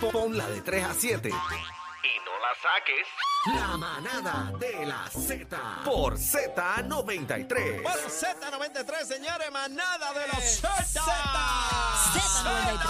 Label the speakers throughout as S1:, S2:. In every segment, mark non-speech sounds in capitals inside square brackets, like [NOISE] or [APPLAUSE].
S1: Pon la de 3 a 7.
S2: y no la
S1: La
S2: saques.
S1: manada de la Z. Por Z93.
S3: Bueno, Z93, señores, manada de los Eh, Z.
S4: Z93.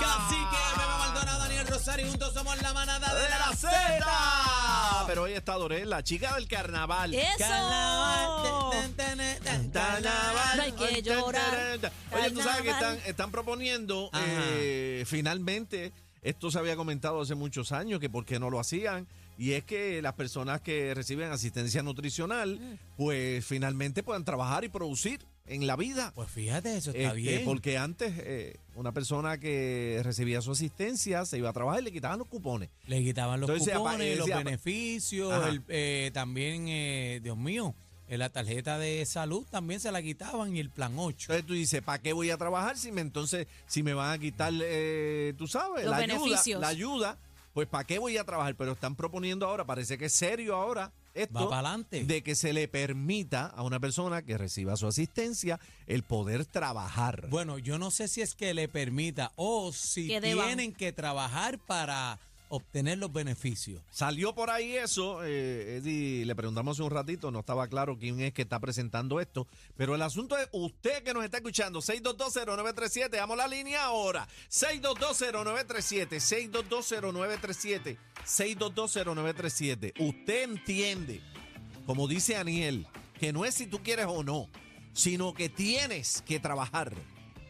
S3: Cacique, Beba Maldonado, Daniel Rosario, juntos somos la manada de, la Z. Ah, Pero hoy está Dorel, la chica del carnaval.
S4: ¡Eso!
S3: Carnaval, ten, ten, ten, ten, carnaval.
S4: No hay que
S3: Ten, ten,
S4: llorar.
S3: ten, ten. Oye, tú sabes que
S4: Carnaval.
S3: están, están proponiendo
S5: Ajá.
S3: eh, finalmente, esto se había comentado hace muchos años, que por qué no lo hacían, y es que las personas que reciben asistencia nutricional, pues finalmente puedan trabajar y producir en la vida.
S5: Pues fíjate, eso está
S3: Este,
S5: bien.
S3: Porque antes eh, una persona que recibía su asistencia se iba a trabajar y le quitaban los cupones.
S5: Le quitaban los
S3: Entonces, apa- eh,
S5: cupones, los
S3: decía, apa-
S5: beneficios,
S3: Ajá.
S5: el- eh, también, eh, Dios mío, eh, la tarjeta de salud también se la quitaban y el plan 8.
S3: Entonces tú dices, ¿para qué voy a trabajar si me entonces si me van a quitar, eh, tú sabes,
S4: Los
S3: la ayuda,
S4: beneficios.
S3: la ayuda? Pues ¿para qué voy a trabajar? Pero están proponiendo ahora, parece que es serio ahora
S5: Va
S3: esto
S5: para adelante.
S3: de que se le permita a una persona que reciba su asistencia el poder trabajar.
S5: Bueno, yo no sé si es que le permita o si
S4: Que deban.
S5: tienen que trabajar para obtener los beneficios.
S3: Salió por ahí eso, eh, Eddie, le preguntamos hace un ratito, no estaba claro quién es que está presentando esto, pero el asunto es usted que nos está escuchando, 6220937, damos la línea ahora, 6220937, 6220937, 6220937, usted entiende, como dice Aniel, que no es si tú quieres o no, sino que tienes que trabajar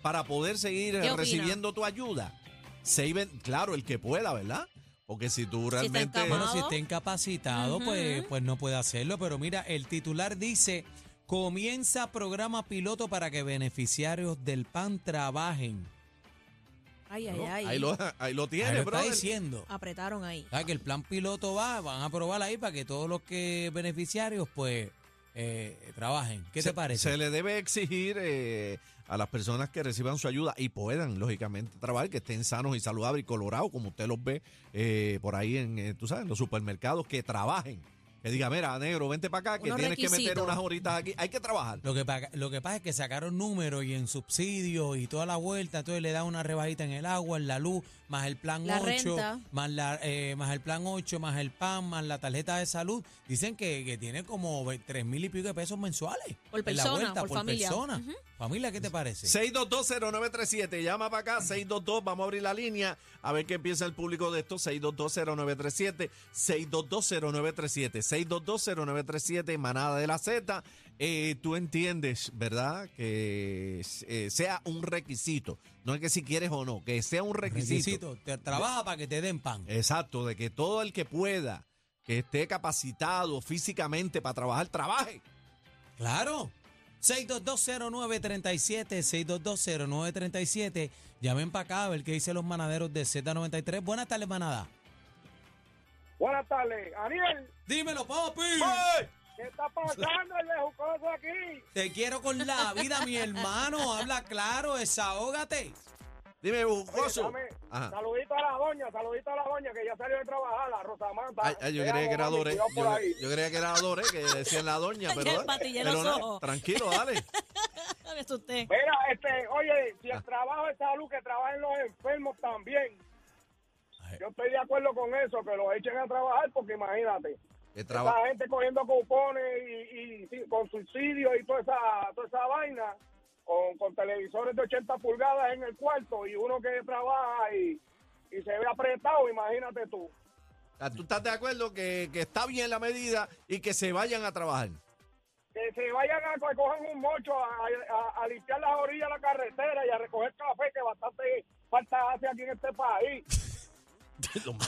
S3: para poder seguir
S4: opina?
S3: recibiendo tu ayuda. Seiben, claro, el que pueda, ¿verdad? Porque si tú
S4: Si está
S3: realmente...
S4: encamado.
S5: Bueno, si está incapacitado, pues, pues no puede hacerlo. Pero mira, el titular dice: comienza programa piloto para que beneficiarios del PAN trabajen.
S4: Ay, ay,
S3: Bueno,
S4: ay.
S3: ahí, lo, ahí lo tiene,
S5: Eh, Ahí lo
S3: brother.
S5: está diciendo.
S4: Apretaron ahí.
S5: O sea, que el plan piloto va, van a aprobar ahí para que todos los que beneficiarios, pues, eh, trabajen. ¿Qué
S3: Se-
S5: te parece?
S3: Se le debe exigir eh, a las personas que reciban su ayuda y puedan, lógicamente, trabajar, que estén sanos y saludables y colorados, como usted los ve eh, por ahí en, eh, tú sabes, en los supermercados, que trabajen. Que diga, mira, negro, vente para acá, que
S4: Unos
S3: tienes que meter
S4: requisitos.
S3: unas horitas aquí. Hay que trabajar.
S5: Lo que, pa- lo que pasa es que sacaron números y en subsidios y toda la vuelta, entonces le da una rebajita en el agua, en la luz, más el plan
S4: La
S5: 8,
S4: renta.
S5: más la eh, más el plan 8, más el PAN, más la tarjeta de salud. Dicen que, que tiene como ve- tres mil y pico de pesos mensuales.
S4: Por
S5: en la
S4: persona,
S5: vuelta,
S4: por familia.
S5: persona. Familia, ¿qué te parece?
S3: 6220937, llama para acá, 622, vamos a abrir la línea, a ver qué piensa el público de esto, 6220937, 6220937, 6220937, manada de la Z, Eh, tú entiendes, ¿verdad? Que eh, sea un requisito, no es que si quieres o no, que sea un requisito.
S5: Requisito, te- trabaja para que te den pan.
S3: Exacto, de que todo el que pueda, que esté capacitado físicamente para trabajar, trabaje.
S5: Claro. 6220937, 6220937. Llamen para acá a ver qué dicen los manaderos de Z93. Buenas tardes, manada.
S6: Buenas tardes. Ariel,
S5: Dímelo, papi.
S6: ¿qué está pasando el bejucoso aquí?
S5: Te quiero con la vida, mi hermano. Habla claro, desahógate.
S3: Dime,
S6: Oye,
S3: bujoso.
S6: dame
S3: Ajá.
S6: saludito a la doña, saludito a la doña que ya salió de trabajar, la Rosamanta.
S3: Ay, ay, yo creía que era Dore. Yo,
S6: Por ahí.
S3: yo creía que era Dore, que decían la doña,
S4: [LAUGHS] Ya
S3: pero,
S4: el patillé
S3: pero
S4: los
S3: no,
S4: ojos.
S3: tranquilo, dale.
S4: [LAUGHS] Me asusté.
S6: Mira, este, oye, si
S3: Ah.
S6: el trabajo es salud, que trabajen los enfermos también.
S5: Ay.
S6: Yo estoy de acuerdo con eso, que los echen a trabajar, porque imagínate,
S3: Que traba-
S6: la gente cogiendo cupones y, y sí, con subsidios y toda esa, toda esa vaina, con, con televisores de 80 pulgadas en el cuarto y uno que trabaja y, y se ve apretado, imagínate tú.
S3: Ah, ¿Tú estás de acuerdo que, que está bien la medida y que se vayan a
S5: [LAUGHS]
S3: trabajar?
S6: que se vayan a que cojan un mocho a, a- a limpiar las orillas de la carretera y a recoger café que bastante falta hace aquí en este país.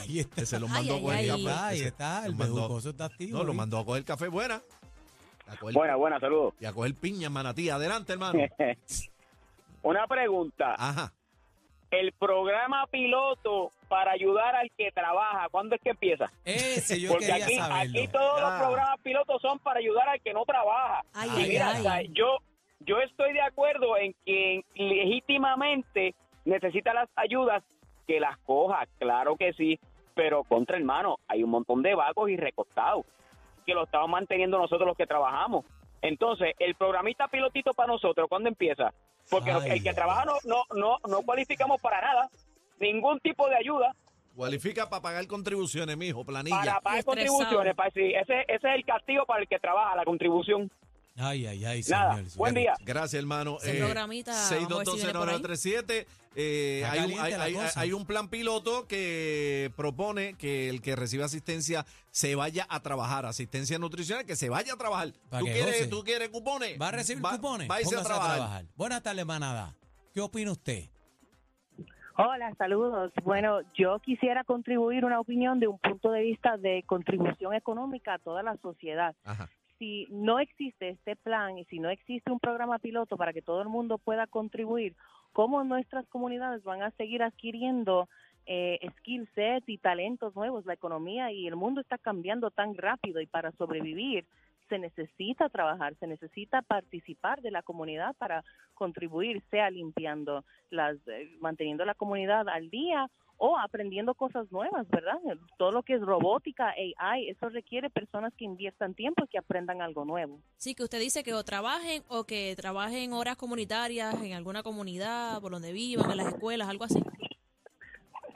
S5: Ahí está.
S3: Ese los
S4: Ay,
S3: mandó
S4: ay,
S3: a coger
S4: ay.
S3: café.
S5: Está, ahí
S3: Ese-
S5: está. El
S3: los mandó-
S5: bejucoso está activo.
S3: No, lo
S5: ¿eh?
S3: mandó a coger café buena. A coger-
S7: Buena, buena, saludos.
S3: Y a coger piña, manatí. Adelante, hermano.
S7: [LAUGHS] Una pregunta.
S3: Ajá.
S7: El programa piloto para ayudar al que trabaja, ¿cuándo es que empieza?
S5: Ese yo
S7: Porque
S5: quería
S7: aquí,
S5: saberlo.
S7: aquí todos
S3: Ah.
S7: los programas pilotos son para ayudar al que no trabaja.
S4: Ay,
S7: y
S4: ay,
S7: mira,
S4: ay.
S7: o sea, yo, yo estoy de acuerdo en que legítimamente necesita las ayudas, que las coja, claro que sí, pero contra hermano, hay un montón de vagos y recostados que lo estamos manteniendo nosotros los que trabajamos. Entonces, el programita pilotito para nosotros, ¿cuándo empieza? Porque
S5: Ay,
S7: el que
S5: ay.
S7: trabaja no, no, no, no cualificamos para nada. ningún tipo de ayuda
S3: Cualifica para pagar contribuciones, mijo, planilla.
S7: para pagar
S4: estresado.
S7: contribuciones. Para, sí, ese, ese es el castigo para el que trabaja, la contribución.
S5: Ay, ay, ay,
S7: Nada,
S5: señor.
S7: buen día.
S3: Gracias, hermano. Eh,
S4: Ese programita, vamos a ver si viene por ahí.
S3: 6220937. Eh,
S5: Está
S3: hay, un,
S5: caliente
S3: hay-
S5: la
S3: hay-
S5: cosa.
S3: hay un plan piloto que propone que el que reciba asistencia se vaya a trabajar, asistencia nutricional, que se vaya a trabajar.
S5: Pa'
S3: ¿Tú
S5: que goce.
S3: quieres, ¿Tú quieres cupones?
S5: ¿Va a recibir cupones?
S3: Va a irse a
S5: Póngase
S3: trabajar.
S5: Buenas tardes, manada. ¿Qué opina usted?
S8: Hola, saludos. Bueno, yo quisiera contribuir una opinión de un punto de vista de contribución económica a toda la sociedad.
S3: Ajá.
S8: Si no existe este plan y si no existe un programa piloto para que todo el mundo pueda contribuir, ¿cómo nuestras comunidades van a seguir adquiriendo eh, skill sets y talentos nuevos? La economía y el mundo está cambiando tan rápido y para sobrevivir se necesita trabajar, se necesita participar de la comunidad para contribuir, sea limpiando las eh, manteniendo la comunidad al día o aprendiendo cosas nuevas, ¿verdad? Todo lo que es robótica, AI, eso requiere personas que inviertan tiempo y que aprendan algo nuevo.
S4: Sí, que usted dice que o trabajen o que trabajen horas comunitarias en alguna comunidad, por donde vivan, en las escuelas, algo así.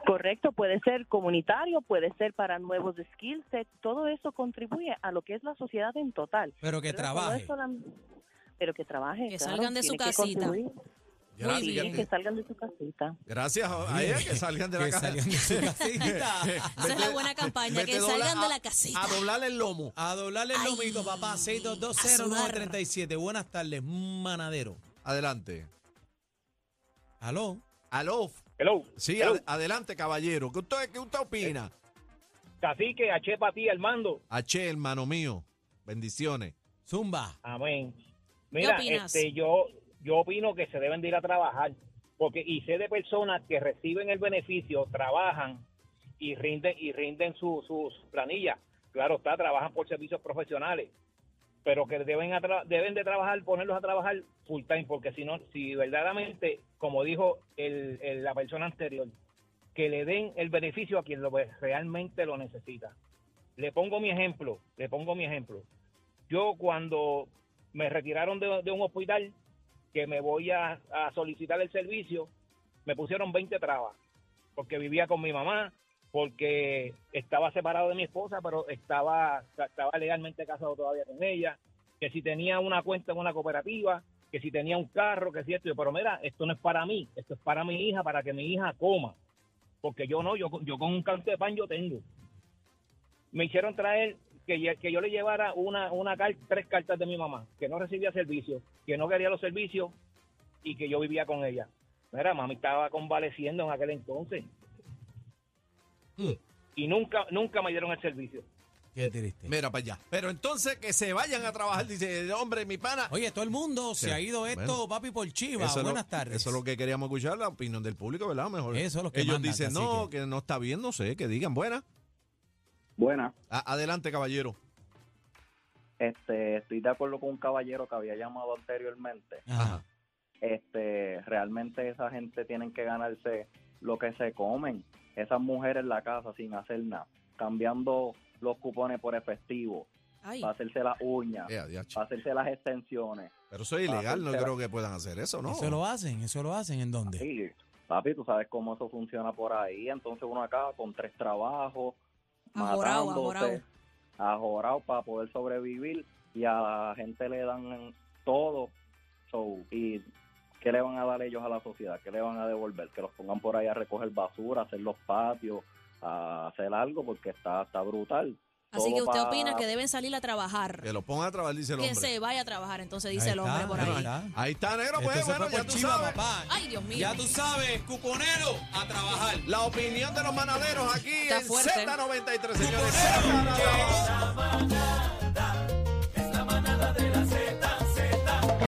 S8: Correcto, puede ser comunitario, puede ser para nuevos skill sets, todo eso contribuye a lo que es la sociedad en total.
S5: Pero que
S8: ¿verdad? No
S5: trabaje.
S8: es solam- pero que trabaje.
S4: Que
S8: claro,
S4: salgan de su
S8: tiene que
S4: casita.
S8: contribuir.
S5: Ah,
S3: Gracias,
S4: Muy bien.
S8: Que salgan de su casita.
S3: Gracias a, a ella que salgan de la
S5: Que
S3: casa.
S5: salgan de su casita.
S4: Esa es la buena campaña,
S3: Vete
S4: que
S3: dobla-
S4: salgan de
S3: a-
S4: la casita.
S3: A doblar el lomo.
S5: A doblarle el
S4: Ay,
S5: lomito, papá.
S4: a
S5: 6220937. Buenas tardes, manadero.
S3: Adelante.
S5: Aló.
S3: Aló.
S7: Hello.
S3: Sí,
S7: Hello.
S3: ad- adelante, caballero. ¿Qué usted, qué usted opina?
S7: Cacique, achepa a ti, Armando.
S3: H, hermano mío. Bendiciones.
S5: Zumba.
S7: Amén.
S4: Mira, ¿Qué opinas? este,
S7: yo, yo opino que se deben de ir a trabajar. Porque, y sé de personas que reciben el beneficio, trabajan y rinden, y rinden sus planillas. Claro está, trabajan por servicios profesionales. pero que deben atra- deben de trabajar, ponerlos a trabajar full time, porque si no, si verdaderamente, como dijo el, el- la persona anterior, que le den el beneficio a quien lo ve- realmente lo necesita. Le pongo mi ejemplo, le pongo mi ejemplo. Yo cuando me retiraron de, de un hospital, que me voy a, a solicitar el servicio, me pusieron 20 trabas, porque vivía con mi mamá, porque estaba separado de mi esposa, pero estaba, estaba legalmente casado todavía con ella, que si tenía una cuenta en una cooperativa, que si tenía un carro, que si esto, Yo, pero mira, esto no es para mí, esto es para mi hija, para que mi hija coma, porque yo no, yo, con- yo con un canto de pan yo tengo. Me hicieron traer que, lle- que yo le llevara una, una car- tres cartas de mi mamá, que no recibía servicio, que no quería los servicios y que yo vivía con ella. Mira, mami estaba convaleciendo en aquel entonces y nunca nunca me dieron el servicio.
S5: Qué triste.
S3: Mira para allá. Pero entonces que se vayan a trabajar, dice, hombre, mi pana.
S5: Oye, todo el mundo se
S3: Sí.
S5: ha ido esto,
S3: Bueno.
S5: papi, por Chiva.
S3: es lo-
S5: Buenas tardes.
S3: Eso es lo que queríamos escuchar, la opinión del público, ¿verdad? Mejor.
S5: Eso es lo que
S3: Ellos
S5: mandan,
S3: dicen,
S5: cacique.
S3: no, que no está bien, no sé, que digan, buena.
S9: Buena,
S3: A- adelante, caballero.
S9: este, estoy de acuerdo con un caballero que había llamado anteriormente.
S5: Ajá.
S9: Este, realmente esa gente tienen que ganarse lo que se comen. Esas mujeres en la casa sin hacer nada, cambiando los cupones por efectivo,
S4: Ay,
S9: para hacerse las uñas,
S3: Eh, adiache.
S9: para hacerse las extensiones.
S3: Pero eso es
S9: Ah,
S3: ilegal, no
S9: pero-
S3: creo que puedan hacer eso, ¿no?
S5: Eso lo hacen, eso lo hacen. ¿En dónde?
S9: Sí, papi, tú sabes cómo eso funciona por ahí. Entonces uno acaba con tres trabajos,
S4: Ajorao,
S9: matándose, ajorado para poder sobrevivir y a la gente le dan todo. So, ¿Y qué le van a dar ellos a la sociedad? ¿Qué le van a devolver? Que los pongan por ahí a recoger basura, a hacer los patios, a hacer algo porque está, está brutal.
S4: así que
S9: todo
S4: usted
S9: pa-
S4: opina que deben salir a trabajar.
S3: Que lo pongan a trabajar, dice el
S4: Que
S3: hombre.
S4: se vaya a trabajar, entonces
S5: Ahí
S4: dice el hombre
S5: está,
S4: por
S5: ahí
S4: ahí.
S5: está.
S3: Ahí está, negro,
S5: Esto
S3: pues
S5: Este se fue
S3: bueno, ya
S5: por
S3: tú
S5: Chiva,
S3: sabes.
S5: papá.
S4: Ay, Dios mío.
S5: Ya tú sabes, cuponero a trabajar.
S3: La opinión de los manaderos aquí
S4: Está
S3: en
S4: fuerte.
S3: Z93, señores. Z93.